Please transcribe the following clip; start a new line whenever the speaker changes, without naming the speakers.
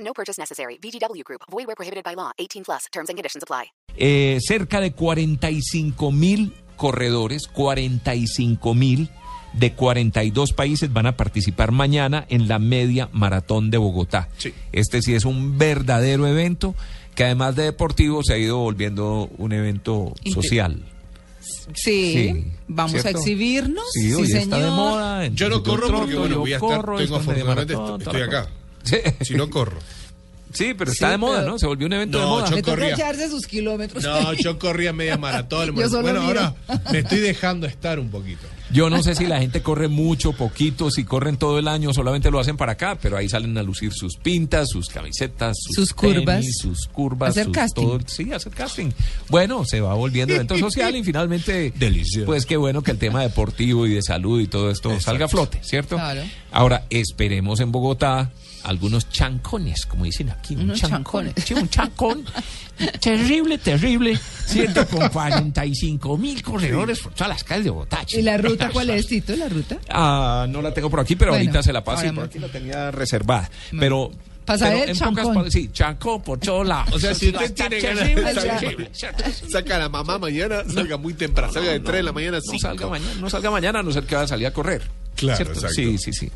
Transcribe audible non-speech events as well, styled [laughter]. No purchase necessary. VGW Group. Void where prohibited by law. 18 plus. Terms and conditions apply.
eh, cerca de 45 mil corredores, 45 mil de 42 países van a participar mañana en la media maratón de Bogotá. Este sí es un verdadero evento que además de deportivo se ha ido volviendo un evento
Inte-
social.
Sí,
Sí,
vamos
¿cierto?
a exhibirnos. Sí,
hoy
señor.
está de moda.
Yo no
entonces
corro porque
troto,
bueno,
yo
voy a estar,
corro,
tengo
es media
afortunadamente
maratón,
est- estoy
toda la
acá.
cosa. Sí,
Si no corro.
[laughs] sí, pero está
Sí,
de moda,
pero-
¿no? Se volvió un evento de
No,
moda.
yo
Le toca
corría.
echarse sus kilómetros.
[laughs] No, yo corría media maratón.
Yo solo
bueno,
miro.
ahora me estoy dejando estar un poquito.
Yo no sé si la gente corre mucho, poquito, si corren todo el año, solamente lo hacen para acá, pero ahí salen a lucir sus pintas, sus camisetas, sus,
Sus curvas.
tenis, sus curvas,
Hacer
sus
casting.
sí, hacer casting. Bueno, se va volviendo
[laughs]
evento social y finalmente,
Delicioso.
Pues qué bueno que el tema deportivo y de salud y todo esto salga a flote, ¿cierto?
Claro.
Ahora esperemos en Bogotá algunos chancones, como dicen aquí, un
Unos
chancón,
chancones.
sí, un chancón terrible,
[laughs]
terrible, ¿cierto? Con 45 mil corredores por todas las calles de Bogotá.
[laughs] ¿Y la ruta cuál
[laughs]
es, Tito? ¿La ruta?
[laughs] Ah, no la tengo por aquí, pero
Bueno,
ahorita se la paso. y
ahora
por
me-
aquí la tenía reservada. Pero.
Pasa
pero
el chancón.
palabras, sí, chancón por todo lado.
O sea, si usted
Está
tiene ganas-
terrible,
Está
terrible,
terrible.
¿cierto?
Saca a la mamá mañana, salga muy temprano, salga de 3 de la mañana,
No salga mañana, no salga mañana a no ser que vaya a salir a correr.
Claro,
¿cierto?
exacto.
Sí, sí, sí.